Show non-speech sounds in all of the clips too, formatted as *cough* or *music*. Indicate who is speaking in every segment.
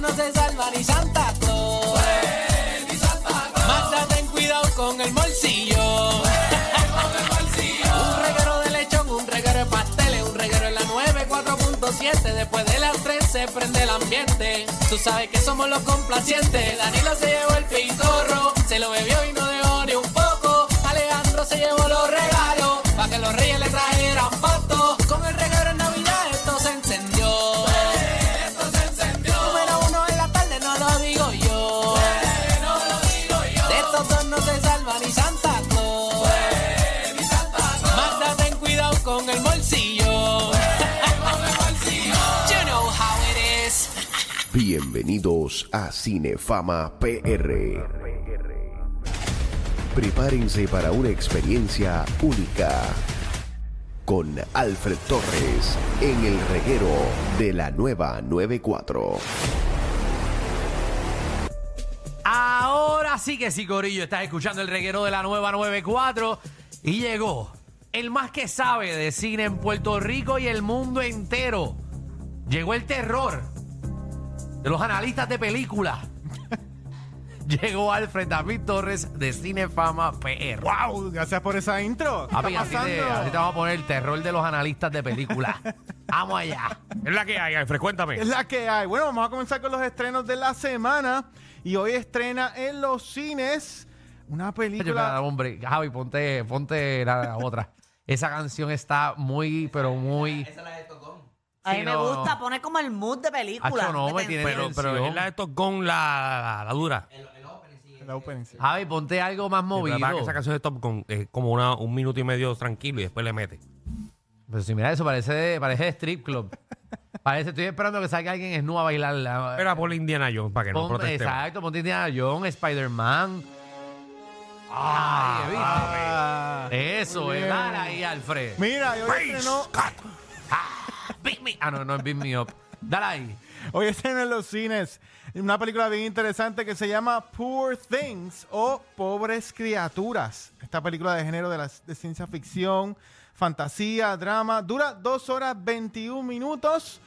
Speaker 1: no se salva ni Santa Claus. Manda ten cuidado con el bolsillo. un reguero de lechón, un reguero de pasteles, un reguero en la 9, 4.7. Después de las 3 se prende el ambiente. Tú sabes que somos los complacientes. Danilo se llevó el pitorro, se lo bebió y no dejó ni un poco. Alejandro se llevó los regalos, pa' que los reyes le trajeran fotos. Con el reguero en Navidad esto se encendió. esto se encendió. Número uno en la tarde, no lo digo yo. De estos dos no se salva ni Santa Claus. Magda, ten cuidado con el bolsillo. You know how it is.
Speaker 2: Bienvenidos a Cinefama PR. Prepárense para una experiencia única con Alfred Torres en el reguero de la nueva 94.
Speaker 3: Ahora sí que sí, Corillo, estás escuchando el reguero de la nueva 94 y llegó el más que sabe de cine en Puerto Rico y el mundo entero. Llegó el terror de los analistas de películas. *laughs* llegó Alfred David Torres de Cinefama PR.
Speaker 4: ¡Wow! Uh, Gracias por esa intro.
Speaker 5: Ah,
Speaker 4: ¿Qué
Speaker 3: Papi,
Speaker 5: pues,
Speaker 4: está
Speaker 3: a ti te, a ti te
Speaker 4: pasando?
Speaker 3: vamos a poner el terror de los analistas de películas. Vamos allá.
Speaker 5: Es la que hay, Alfred, cuéntame.
Speaker 4: Es la que hay. Bueno, vamos a comenzar con los estrenos de la semana. Y hoy estrena en los cines una
Speaker 3: Yo,
Speaker 4: película.
Speaker 3: hombre, Javi, ponte, ponte la, la otra. Esa canción está muy, pero muy. Esa es la de
Speaker 6: A mí me gusta, pone como el mood de película.
Speaker 3: Acho, no,
Speaker 6: de
Speaker 3: me tiene
Speaker 6: tensión.
Speaker 5: pero, pero es la de estos con la, la, la dura.
Speaker 4: La opening, sí.
Speaker 3: Javi, ponte algo más movido.
Speaker 5: La verdad que esa canción de Top Gun es como una, un minuto y medio tranquilo y después le mete.
Speaker 3: Pero si Pues mira eso, parece, parece strip club. parece, estoy esperando que salga alguien en a bailarla.
Speaker 5: Era por la Indiana Jones para que no
Speaker 3: Pon-
Speaker 5: protestemos.
Speaker 3: exacto, ponte Indiana Jones, Spider-Man. Ay,
Speaker 4: Ah,
Speaker 3: ¿viste? Eso, es dale ahí, Alfred.
Speaker 4: Mira, y hoy estrenó,
Speaker 3: Beat me- Ah, no, no es Beat Me Up. Dale ahí.
Speaker 4: hoy estrenó en los cines una película bien interesante que se llama Poor Things o Pobres Criaturas. Esta película de género de, la- de ciencia ficción, fantasía, drama, dura 2 horas 21 minutos.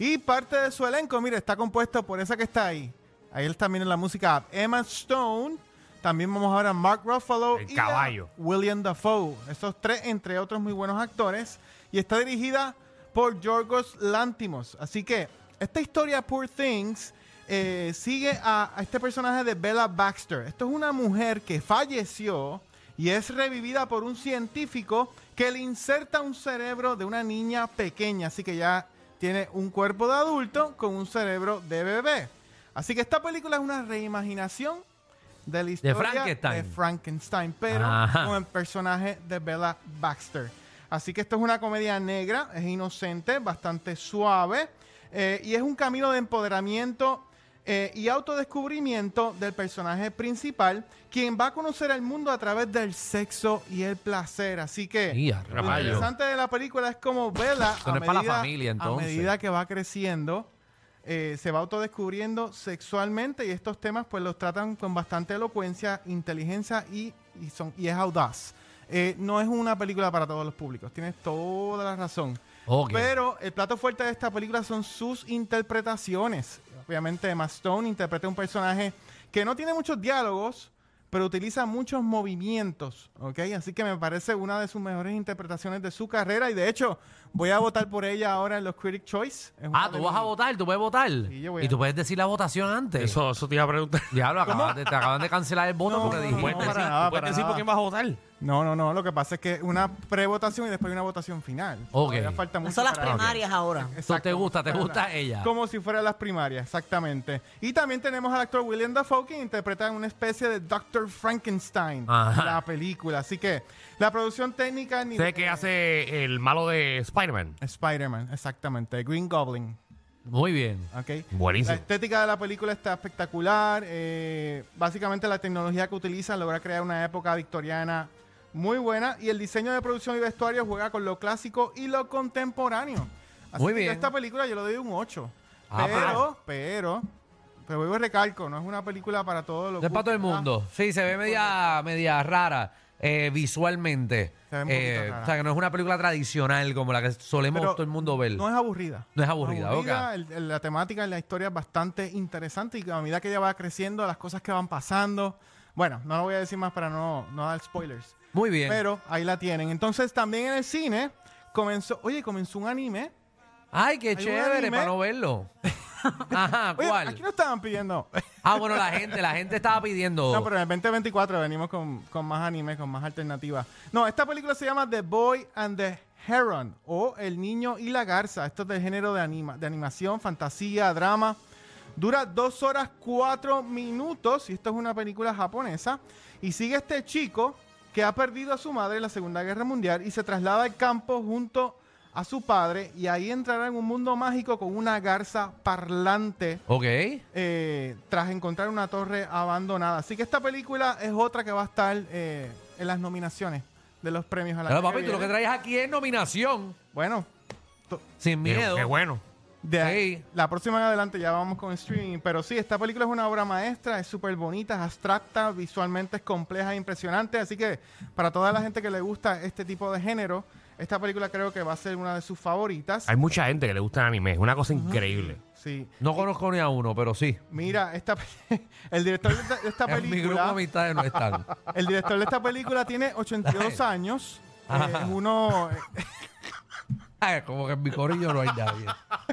Speaker 4: Y parte de su elenco, mire, está compuesto por esa que está ahí. Ahí él también en la música Emma Stone. También vamos a ver a Mark Ruffalo
Speaker 5: El
Speaker 4: y a
Speaker 5: caballo.
Speaker 4: William Dafoe. Estos tres, entre otros muy buenos actores. Y está dirigida por Yorgos Lantimos. Así que esta historia, Poor Things, eh, sigue a, a este personaje de Bella Baxter. Esto es una mujer que falleció y es revivida por un científico que le inserta un cerebro de una niña pequeña. Así que ya tiene un cuerpo de adulto con un cerebro de bebé. Así que esta película es una reimaginación de la historia
Speaker 3: Frankenstein.
Speaker 4: de Frankenstein, pero
Speaker 3: Ajá.
Speaker 4: con el personaje de Bella Baxter. Así que esto es una comedia negra, es inocente, bastante suave, eh, y es un camino de empoderamiento eh, y autodescubrimiento del personaje principal, quien va a conocer al mundo a través del sexo y el placer. Así que
Speaker 3: Ya,
Speaker 4: lo
Speaker 5: Ramallo.
Speaker 4: interesante de la película es como Bella, a
Speaker 3: Eso no es para la
Speaker 4: medida,
Speaker 3: familia, entonces.
Speaker 4: a medida que va creciendo, eh, se va autodescubriendo sexualmente y estos temas pues los tratan con bastante elocuencia, inteligencia y, y son, y es audaz. Eh, no es una película para todos los públicos, tienes toda la razón.
Speaker 3: Ok.
Speaker 4: Pero el plato fuerte de esta película son sus interpretaciones. Obviamente Emma Stone interpreta un personaje que no tiene muchos diálogos, pero utiliza muchos movimientos, ¿ok? Así que me parece una de sus mejores interpretaciones de su carrera y de hecho voy a votar por ella ahora en los Critic Choice. Es una
Speaker 3: Ah,
Speaker 4: de
Speaker 3: tú
Speaker 4: mis-
Speaker 3: vas a votar, tú puedes votar.
Speaker 4: Sí, yo voy
Speaker 3: y
Speaker 4: a-
Speaker 3: tú puedes decir la votación antes.
Speaker 5: Eso, eso te iba a preguntar.
Speaker 4: *laughs*
Speaker 3: Diablo, acaban de- te acaban de cancelar el voto
Speaker 4: No,
Speaker 3: porque
Speaker 4: no,
Speaker 5: ¿Tú
Speaker 3: dijiste.
Speaker 5: puedes decir,
Speaker 4: para nada,
Speaker 5: tú puedes
Speaker 4: para
Speaker 5: decir por
Speaker 4: nada.
Speaker 5: quién vas a votar?
Speaker 4: No, no, no. Lo que pasa es que una prevotación y después hay una votación final.
Speaker 3: Ok.
Speaker 4: Todavía falta mucho
Speaker 6: Son las
Speaker 4: para-
Speaker 6: primarias ahora.
Speaker 3: Eso
Speaker 4: Exacto,
Speaker 3: te gusta, te
Speaker 4: como si
Speaker 3: gusta
Speaker 4: fuera-
Speaker 3: ella.
Speaker 4: Como si fuera las primarias, exactamente. Y también tenemos al actor William Dafoe, que interpreta una especie de Dr. Frankenstein
Speaker 3: Ajá.
Speaker 4: la película. Así que la producción técnica... ni-
Speaker 5: Sé que hace el malo de Spider-Man.
Speaker 4: Spider-Man, exactamente. Green Goblin,
Speaker 3: Muy bien.
Speaker 4: ¿ok? La
Speaker 5: Buenísimo.
Speaker 4: estética de la película está espectacular. eh, básicamente la tecnología que utilizan logra crear una época victoriana muy buena y el diseño de producción y vestuario juega con lo clásico y lo contemporáneo. Así
Speaker 3: Muy
Speaker 4: que
Speaker 3: bien.
Speaker 4: esta película yo le doy un 8.
Speaker 3: Ah,
Speaker 4: pero, pero, pero vuelvo y recalco, no es una película para todos los
Speaker 3: No es para todo el
Speaker 4: gustos, ¿verdad?
Speaker 3: mundo. Sí, se ve media, media rara. eh, visualmente.
Speaker 4: Se ve un poquito
Speaker 3: Eh,
Speaker 4: rara.
Speaker 3: o sea, que no es una película tradicional como la que solemos
Speaker 4: Pero
Speaker 3: todo el mundo ver.
Speaker 4: No es aburrida.
Speaker 3: No es aburrida, ok.
Speaker 4: el- el- la temática y la historia es bastante interesante y a medida que ella va creciendo, las cosas que van pasando. Bueno, no lo voy a decir más para no, no dar spoilers.
Speaker 3: Muy bien.
Speaker 4: Pero ahí la tienen. Entonces también en el cine comenzó, oye, comenzó un anime.
Speaker 3: Ay, qué
Speaker 4: un
Speaker 3: chévere
Speaker 4: anime-
Speaker 3: para
Speaker 4: *laughs*
Speaker 3: no verlo. Ajá,
Speaker 4: Oye,
Speaker 3: ¿cuál?
Speaker 4: aquí no estaban pidiendo. *laughs*
Speaker 3: Ah, bueno, la gente, la gente estaba pidiendo.
Speaker 4: No, pero en el 2024 venimos con, con más anime, con más alternativas. No, esta película se llama The Boy and the Heron o El Niño y la Garza. Esto es del género de, anima, de animación, fantasía, drama. Dura dos horas cuatro minutos y esto es una película japonesa. Y sigue este chico que ha perdido a su madre en la Segunda Guerra Mundial y se traslada al campo junto a su padre y ahí entrará en un mundo mágico con una garza parlante
Speaker 3: Ok.
Speaker 4: eh, tras encontrar una torre abandonada. Así que esta película es otra que va a estar eh, en las nominaciones de los premios a la
Speaker 3: Claro,
Speaker 4: que
Speaker 3: papi, tú lo que
Speaker 4: viene.
Speaker 3: traes aquí es nominación.
Speaker 4: Bueno,
Speaker 3: Sin
Speaker 5: Qué-
Speaker 3: miedo.
Speaker 5: Qué bueno.
Speaker 4: de ahí-
Speaker 3: Sí.
Speaker 4: la próxima en adelante ya vamos con streaming. Pero sí, esta película es una obra maestra, es súper bonita, es abstracta, visualmente es compleja e impresionante. Así que para toda la gente que le gusta este tipo de género, esta película creo que va a ser una de sus favoritas.
Speaker 5: Hay mucha gente que le gusta el anime. Es una cosa increíble.
Speaker 4: Sí.
Speaker 3: No conozco ni a uno, pero sí.
Speaker 4: Mira, esta, pe- *laughs* el director de esta, de esta
Speaker 3: En mi grupo de
Speaker 4: película...
Speaker 3: amistades
Speaker 4: *laughs*
Speaker 3: no están.
Speaker 4: El director de esta película tiene 82 años. Eh,
Speaker 3: Ajá.
Speaker 4: es uno. eh,
Speaker 3: Ay, como que en mi corillo no hay nadie.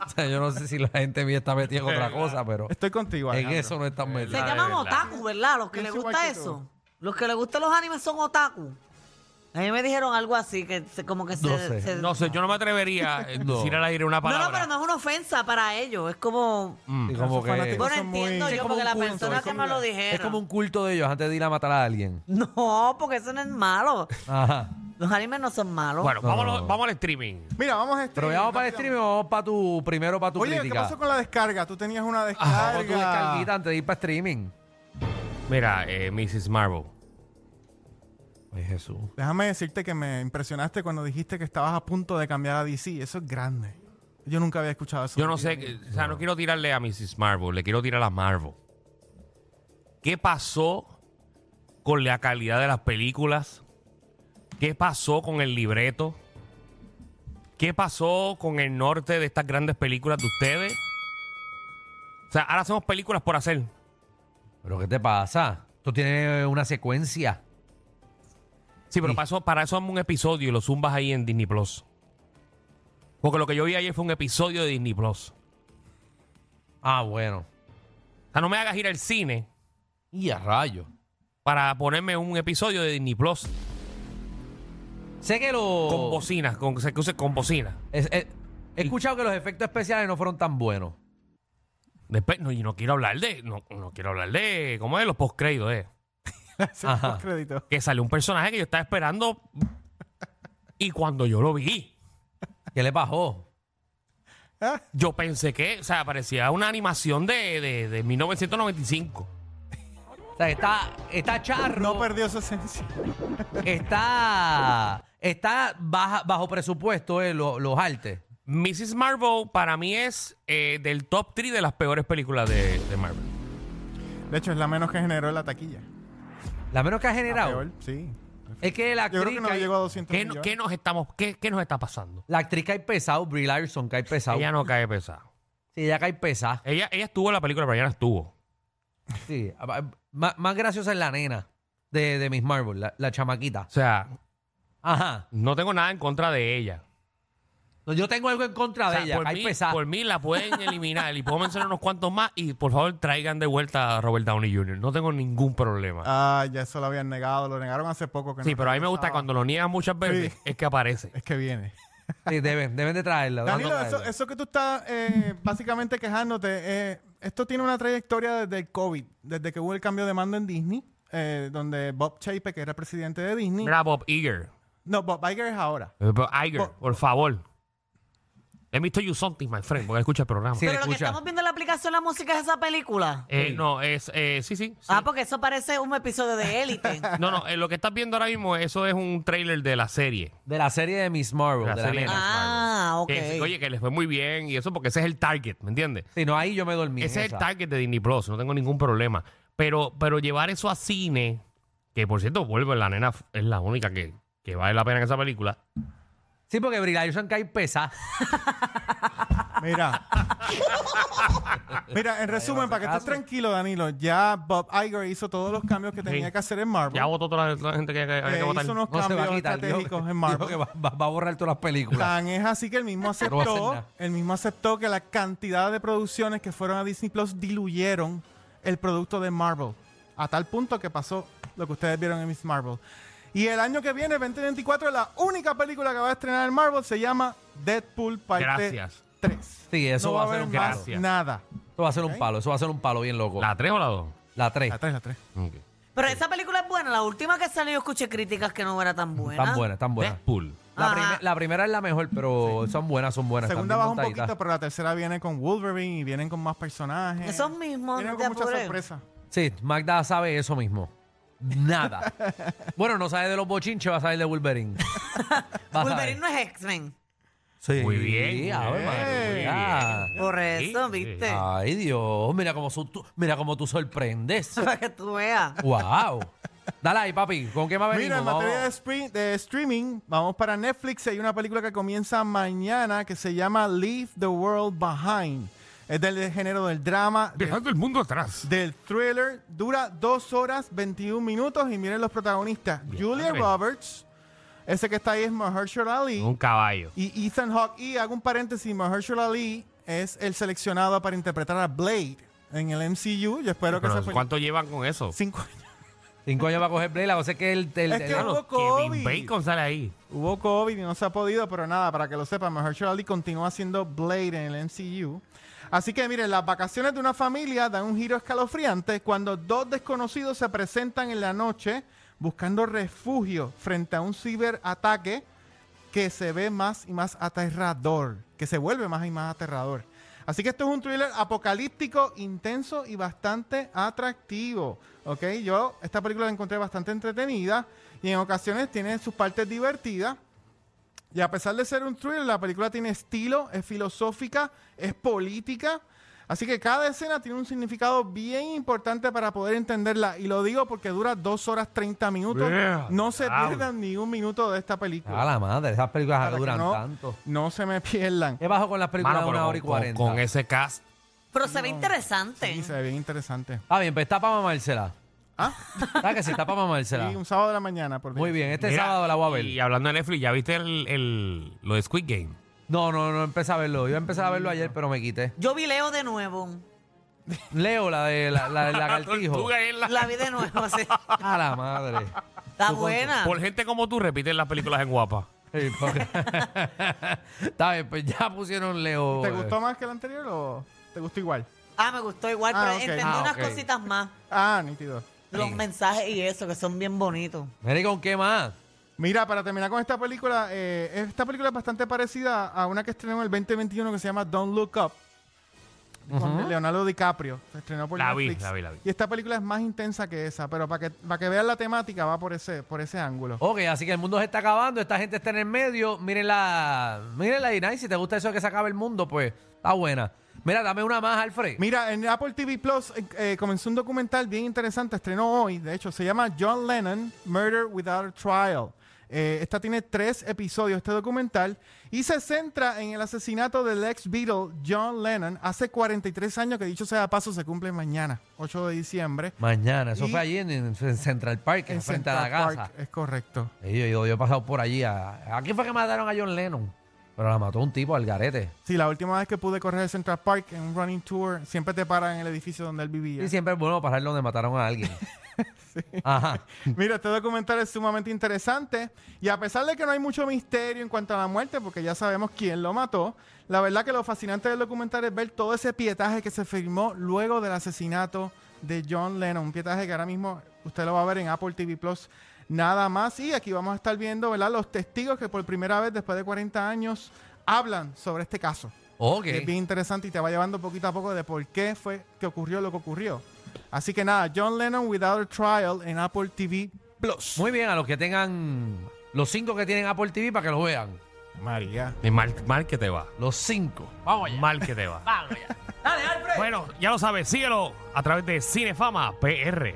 Speaker 3: O sea, yo no sé si la gente mía está metida en otra cosa, pero
Speaker 4: Estoy contigo.
Speaker 3: en
Speaker 4: Alejandro.
Speaker 3: eso no están
Speaker 6: Se
Speaker 5: Ah,
Speaker 3: metidos.
Speaker 5: de
Speaker 6: llaman
Speaker 5: verdad.
Speaker 6: otaku, ¿verdad? Los que les
Speaker 4: Pienso igual
Speaker 6: gusta
Speaker 4: que tú.
Speaker 6: eso. Los que les gustan los animes son otaku. A mí me dijeron algo así, que se- como que
Speaker 3: No
Speaker 6: se...
Speaker 3: sé,
Speaker 6: se-
Speaker 5: No sé, yo no me atrevería a
Speaker 3: No.
Speaker 5: decir al aire una
Speaker 6: No,
Speaker 5: palabra.
Speaker 6: no, pero no es una ofensa para ellos. Es como...
Speaker 3: Y como
Speaker 4: Esos
Speaker 3: que
Speaker 4: fanáticos
Speaker 6: Bueno,
Speaker 4: son muy-
Speaker 6: entiendo
Speaker 3: es
Speaker 6: yo
Speaker 3: como
Speaker 6: porque
Speaker 3: un
Speaker 6: la
Speaker 3: culto,
Speaker 6: persona
Speaker 3: es
Speaker 6: que
Speaker 3: como-
Speaker 6: me lo
Speaker 3: es
Speaker 6: dijera.
Speaker 3: como un culto de ellos antes de ir a matar a alguien.
Speaker 6: *laughs* No, porque eso no es malo.
Speaker 3: Ajá.
Speaker 6: Los animes no son malos.
Speaker 5: Bueno,
Speaker 3: No,
Speaker 5: vámonos-
Speaker 3: no, no.
Speaker 5: vamos al streaming.
Speaker 4: Mira, vamos a streaming.
Speaker 3: Pero ya vamos para el stream o vamos para tu, primero para tu
Speaker 4: Oye, ¿qué
Speaker 3: crítica.
Speaker 4: pasó con la descarga? Tú tenías una
Speaker 3: Vamos pa' tu descarguita
Speaker 4: descarga.
Speaker 3: antes de ir para streaming.
Speaker 5: Mira, eh, Mrs. Marvel.
Speaker 3: Ay, Pues, Jesús.
Speaker 4: Déjame decirte que me impresionaste cuando dijiste que estabas a punto de cambiar a DC. Eso es grande. Yo nunca había escuchado eso.
Speaker 5: Yo no sé, que- o sea, no quiero tirarle a Mrs. Marvel, le quiero tirar a Marvel. ¿Qué pasó con la calidad de las películas? ¿Qué pasó con el libreto? ¿Qué pasó con el norte de estas grandes películas de ustedes? O sea, ahora hacemos películas por hacer.
Speaker 3: ¿Pero qué te pasa? Tú tienes una secuencia.
Speaker 5: Sí, pero
Speaker 3: Sí.
Speaker 5: Para, eso, para eso hazme un episodio y lo zumbas ahí en Disney Plus. Porque lo que yo vi ayer fue un episodio de Disney Plus.
Speaker 3: Ah, bueno.
Speaker 5: O sea, no me hagas ir al cine
Speaker 3: Y a rayos.
Speaker 5: para ponerme un episodio de Disney Plus
Speaker 3: Sé que lo...
Speaker 5: con bocinas, con, se- que use con bocinas.
Speaker 3: Es- es- he escuchado que los efectos especiales no fueron tan buenos.
Speaker 5: Después, no, y no quiero hablar de, no, no quiero hablar de, ¿cómo es? Los postcréditos, eh.
Speaker 4: Ajá. Crédito.
Speaker 5: Que salió un personaje que yo estaba esperando y cuando yo lo vi,
Speaker 3: ¿Qué le bajó?
Speaker 4: Ah,
Speaker 5: yo pensé que, o sea, parecía una animación de, de, de 1995.
Speaker 3: O sea, está, está charro.
Speaker 4: No perdió su esencia.
Speaker 3: está está baja, bajo presupuesto eh, lo- los artes.
Speaker 5: Mrs. Marvel para mí es eh, del top 3 de las peores películas de, de Marvel.
Speaker 4: De hecho, es la menos que generó la taquilla.
Speaker 3: La menos que ha
Speaker 4: La
Speaker 3: generado
Speaker 4: peor, sí.
Speaker 3: es que la
Speaker 4: Yo
Speaker 3: actriz,
Speaker 4: creo que no
Speaker 3: cae-
Speaker 4: llegó a 200
Speaker 5: ¿Qué, no-
Speaker 4: millones.
Speaker 5: qué nos estamos, qué, qué nos está pasando?
Speaker 3: la actriz cae pesado, Brie Larson cae pesado.
Speaker 5: Ella no cae pesada.
Speaker 3: Sí, ella cae pesada.
Speaker 5: Ella, ella estuvo en la película, pero ella no estuvo.
Speaker 3: Sí. Ah, Más, más graciosa es la nena de, de Miss Marvel, la, la chamaquita.
Speaker 5: O sea,
Speaker 3: Ajá.
Speaker 5: no tengo nada en contra de ella.
Speaker 3: No, Yo tengo algo en contra
Speaker 5: O sea,
Speaker 3: de ella,
Speaker 5: por,
Speaker 3: cae
Speaker 5: mí,
Speaker 3: pesada.
Speaker 5: por mí la
Speaker 3: *laughs*
Speaker 5: pueden eliminar y puedo mencionar unos cuantos más y por favor traigan de vuelta a Robert Downey Jr. No tengo ningún problema.
Speaker 4: Ah, ya eso lo habían negado. Lo negaron hace poco. Que
Speaker 5: sí,
Speaker 4: no
Speaker 5: pero a mí me gusta
Speaker 4: regresaba.
Speaker 5: cuando lo niegan muchas veces es que aparece.
Speaker 4: Es que viene.
Speaker 3: Sí, deben, deben de traerla. deben de
Speaker 4: Danilo, eso,
Speaker 3: traerla.
Speaker 4: eso que tú estás eh, *laughs* básicamente quejándote, eh, esto tiene una trayectoria desde el COVID, desde que hubo el cambio de mando en Disney, eh, donde Bob Chapek, que era el presidente de Disney.
Speaker 5: Mira a Bob Iger.
Speaker 4: No, Bob Iger es ahora.
Speaker 5: Eh, Bob Iger,
Speaker 6: Oh.
Speaker 4: Bo-
Speaker 5: por favor. Let me tell you something, my friend, porque escucha el programa.
Speaker 3: Sí.
Speaker 6: Pero lo que
Speaker 3: escucha.
Speaker 6: estamos viendo en la aplicación, la música es esa película.
Speaker 5: Eh, No, es... eh, sí, sí. sí.
Speaker 6: Ah, porque eso parece un episodio de
Speaker 3: *laughs*
Speaker 6: Élite.
Speaker 5: No, no, eh, lo que estás viendo ahora mismo, eso es un trailer de la serie.
Speaker 3: De la serie de Miss Marvel,
Speaker 5: La
Speaker 3: de la
Speaker 5: serie de
Speaker 3: nena.
Speaker 6: ah, ok.
Speaker 5: Que es- oye, que les fue muy bien y eso porque ese es el target, ¿me entiendes?
Speaker 3: Sí, no, ahí yo me dormí. en
Speaker 5: Ese es el
Speaker 3: esa.
Speaker 5: target de Disney Plus, no tengo ningún problema. Pero, pero llevar eso a cine, Que por cierto, vuelvo, la nena f- es la única que, que vale la pena en esa película.
Speaker 3: Sí, porque Brilliant cae pesa.
Speaker 4: Mira. *laughs* Mira, en resumen, para que estés tranquilo, Danilo, ya Bob Iger hizo todos los cambios que tenía que hacer en Marvel.
Speaker 5: Ya votó toda la, toda la gente que, que había
Speaker 4: Eh,
Speaker 5: que votar.
Speaker 4: hizo unos
Speaker 3: No se va a
Speaker 4: cambios
Speaker 3: quitar. dijo-
Speaker 4: estratégicos
Speaker 3: *laughs*
Speaker 4: en
Speaker 3: dijo que
Speaker 4: Marvel.
Speaker 3: va, va- va a borrar todas las películas.
Speaker 4: Tan es así que el mismo
Speaker 3: va a hacer
Speaker 4: aceptó,
Speaker 3: nada.
Speaker 4: el mismo aceptó que la cantidad de producciones que fueron a Disney Plus diluyeron el producto de Marvel. A tal punto que pasó lo que ustedes vieron en Miss Marvel. Y el año que viene, 2024, la única película que va a estrenar en Marvel se llama Deadpool parte
Speaker 5: Gracias.
Speaker 4: 3.
Speaker 3: Sí, eso
Speaker 4: no
Speaker 3: va
Speaker 4: va,
Speaker 3: a ser
Speaker 4: haber
Speaker 3: un
Speaker 4: más
Speaker 3: palo.
Speaker 5: Gracias.
Speaker 4: nada.
Speaker 3: Eso va a ser un palo, eso va a ser un palo bien loco.
Speaker 5: ¿La 3 o la 2?
Speaker 3: La 3.
Speaker 4: La 3, la 3.
Speaker 6: Pero esa película es buena. La última que salió yo escuché críticas que no era tan buena.
Speaker 3: Tan buena, tan buena.
Speaker 5: Deadpool.
Speaker 3: La,
Speaker 6: Ajá.
Speaker 3: prime- la primera es la mejor, pero son buenas, son buenas.
Speaker 4: La
Speaker 3: están
Speaker 4: segunda
Speaker 3: bien
Speaker 4: baja un
Speaker 3: montaditas.
Speaker 4: poquito, pero la tercera viene con Wolverine y vienen con más personajes.
Speaker 6: Esos mismos,
Speaker 4: Vienen
Speaker 6: no
Speaker 4: con
Speaker 6: te
Speaker 4: muchas
Speaker 6: apures.
Speaker 4: sorpresas.
Speaker 3: Sí, Magda sabe eso mismo.
Speaker 4: *laughs*
Speaker 3: Nada. bueno, no sabe de los bochinches, va a saber de Wolverine. Va a saber.
Speaker 6: Wolverine no es X-Men.
Speaker 3: Sí.
Speaker 5: Muy bien.
Speaker 3: a ver,
Speaker 5: eh,
Speaker 3: María.
Speaker 5: muy bien.
Speaker 6: Por eso,
Speaker 5: Sí, sí.
Speaker 6: ¿viste?
Speaker 3: Ay, Dios, mira cómo, su- tú, mira cómo tú sorprendes.
Speaker 4: *laughs*
Speaker 6: *laughs* Para que tú veas.
Speaker 3: wow. Dale ahí, papi. ¿Con qué más
Speaker 4: Mira,
Speaker 3: venimos?
Speaker 4: en materia de,
Speaker 3: Vamos.
Speaker 4: spri- de streaming, vamos para Netflix. Hay una película que comienza mañana que se llama Leave the World Behind. Es del género del drama, de-
Speaker 5: Dejando el mundo atrás.
Speaker 4: del thriller. Dura 2 horas 21 minutos y miren los protagonistas. Julia
Speaker 5: hombre.
Speaker 4: Roberts, ese que está ahí es Mahershala Ali.
Speaker 5: Un caballo.
Speaker 4: Y Ethan Hawke, y hago un paréntesis, Mahershala Ali es el seleccionado para interpretar a Blade en el MCU. Yo espero que
Speaker 5: Pero,
Speaker 4: se
Speaker 5: ¿Cuánto llevan con eso?
Speaker 4: Cinco años.
Speaker 3: Cinco años para coger play. La cosa es que el. el-
Speaker 4: Es que-
Speaker 3: el-
Speaker 5: Claro,
Speaker 4: Hubo
Speaker 5: Kevin
Speaker 4: COVID.
Speaker 5: Bacon sale ahí.
Speaker 4: Hubo COVID y no se ha podido, pero nada, para que lo sepan, Mahershala Ali continúa siendo Blade en el MCU. Así que miren, las vacaciones de una familia dan un giro escalofriante cuando dos desconocidos se presentan en la noche buscando refugio frente a un ciberataque que se ve más y más aterrador, que se vuelve más y más aterrador. Así que esto es un thriller apocalíptico, intenso y bastante atractivo. ¿Ok? Yo esta película la encontré bastante entretenida y en ocasiones tiene sus partes divertidas. Y a pesar de ser un thriller, la película tiene estilo, es filosófica, es política. Así que cada escena tiene un significado bien importante para poder entenderla. Y lo digo porque dura 2 horas 30 minutos.
Speaker 5: Yeah,
Speaker 4: no se
Speaker 5: diablo.
Speaker 4: pierdan ni un minuto de esta película
Speaker 3: A Ah, la madre, esas películas
Speaker 4: para que
Speaker 3: duran
Speaker 4: no,
Speaker 3: tanto.
Speaker 4: No se me pierdan.
Speaker 3: ¿Qué bajo con las películas
Speaker 5: Mano,
Speaker 3: de
Speaker 5: pero
Speaker 3: una hora y
Speaker 5: con-
Speaker 3: cuarenta?
Speaker 5: con ese cast
Speaker 6: Pero se ve interesante.
Speaker 4: Sí, se ve bien interesante.
Speaker 3: Ah, bien, pues está para mamársela.
Speaker 4: Ah,
Speaker 3: ¿Sabes que sí? Está para mamársela.
Speaker 4: y un sábado de la mañana, por
Speaker 3: Muy bien, este
Speaker 5: Mira,
Speaker 3: sábado la voy a ver.
Speaker 5: Y hablando de Netflix, ¿ya viste el, el- lo de Squid Game?
Speaker 3: No, no, no empecé a verlo. Yo empecé a verlo ayer, pero me quité.
Speaker 6: Yo vi Leo de nuevo.
Speaker 3: Leo, la de
Speaker 4: *laughs*
Speaker 3: la, la, del
Speaker 5: Ah,
Speaker 3: lagartijo.
Speaker 5: Tortuga es la-
Speaker 6: La vi de nuevo, sí.
Speaker 3: A la madre.
Speaker 6: Está buena.
Speaker 5: Por gente como tú repites las películas en guapa.
Speaker 3: Sí, porque- *laughs* Está bien, pues ya pusieron Leo.
Speaker 4: ¿Te
Speaker 3: eh.
Speaker 4: gustó más que el anterior o te gustó igual?
Speaker 6: Ah, me gustó igual,
Speaker 4: Ah,
Speaker 6: pero
Speaker 4: ok.
Speaker 6: entendí
Speaker 3: Ah,
Speaker 6: unas
Speaker 3: ok.
Speaker 6: cositas más.
Speaker 4: Ah, nítido.
Speaker 6: Los
Speaker 3: Sí.
Speaker 6: mensajes y eso, que son bien bonitos.
Speaker 3: Mira, ¿y con qué más?
Speaker 4: Mira, para terminar con esta película, eh, esta película es bastante parecida a una que estrenó en el 2021 que se llama Don't Look Up. Con Leonardo DiCaprio. Se estrenó por
Speaker 5: La vi,
Speaker 4: Netflix.
Speaker 5: la vi, la vi.
Speaker 4: Y esta película es más intensa que esa, pero para que, para que vean la temática va por ese, por ese ángulo.
Speaker 3: Ok, así que el mundo se está acabando, esta gente está en el medio. Miren la. Miren la Dinah, y si te gusta eso de que se acabe el mundo, pues está buena. Mira, dame una más, Alfred.
Speaker 4: Mira, en Apple TV Plus eh, eh, comenzó un documental bien interesante, estrenó hoy, de hecho, se llama John Lennon, Murder Without a Trial. Eh, esta tiene tres episodios, este documental, y se centra en el asesinato del ex Beatle John Lennon hace 43 años, que dicho sea de paso, se cumple mañana, 8 de diciembre,
Speaker 3: Mañana, eso
Speaker 4: Y-
Speaker 3: fue allí en, en Central Park,
Speaker 4: en
Speaker 3: en frente a la
Speaker 4: Central
Speaker 3: casa.
Speaker 4: Park. Es correcto.
Speaker 3: Sí, yo, yo- yo he pasado por allí. ¿A, a quién fue que mataron a John Lennon? Pero la mató un tipo al garete.
Speaker 4: Sí, la última vez que pude correr el Central Park en un running tour, siempre te paran en el edificio donde él vivía.
Speaker 3: Y siempre es bueno parar donde mataron a alguien. Ajá.
Speaker 4: *laughs* Mira, este documental es sumamente interesante y a pesar de que no hay mucho misterio en cuanto a la muerte, porque ya sabemos quién lo mató, la verdad que lo fascinante del documental es ver todo ese pietaje que se firmó luego del asesinato de John Lennon, un pietaje que ahora mismo usted lo va a ver en Apple TV Plus nada más y aquí vamos a estar viendo, ¿verdad? Los testigos que por primera vez después de 40 años hablan sobre este caso.
Speaker 3: Ok.
Speaker 4: Que Es bien interesante y te va llevando poquito a poco de por qué fue que ocurrió lo que ocurrió. Así que nada, John Lennon Without a Trial en Apple TV Plus.
Speaker 3: Muy bien, a los que tengan. Los cinco que tienen Apple TV para que lo vean.
Speaker 4: María.
Speaker 5: Y mal, mal que te va.
Speaker 3: Los cinco. Vamos allá.
Speaker 5: Mal que te va. Bueno, ya lo sabes, síguelo a través de Cinefama PR.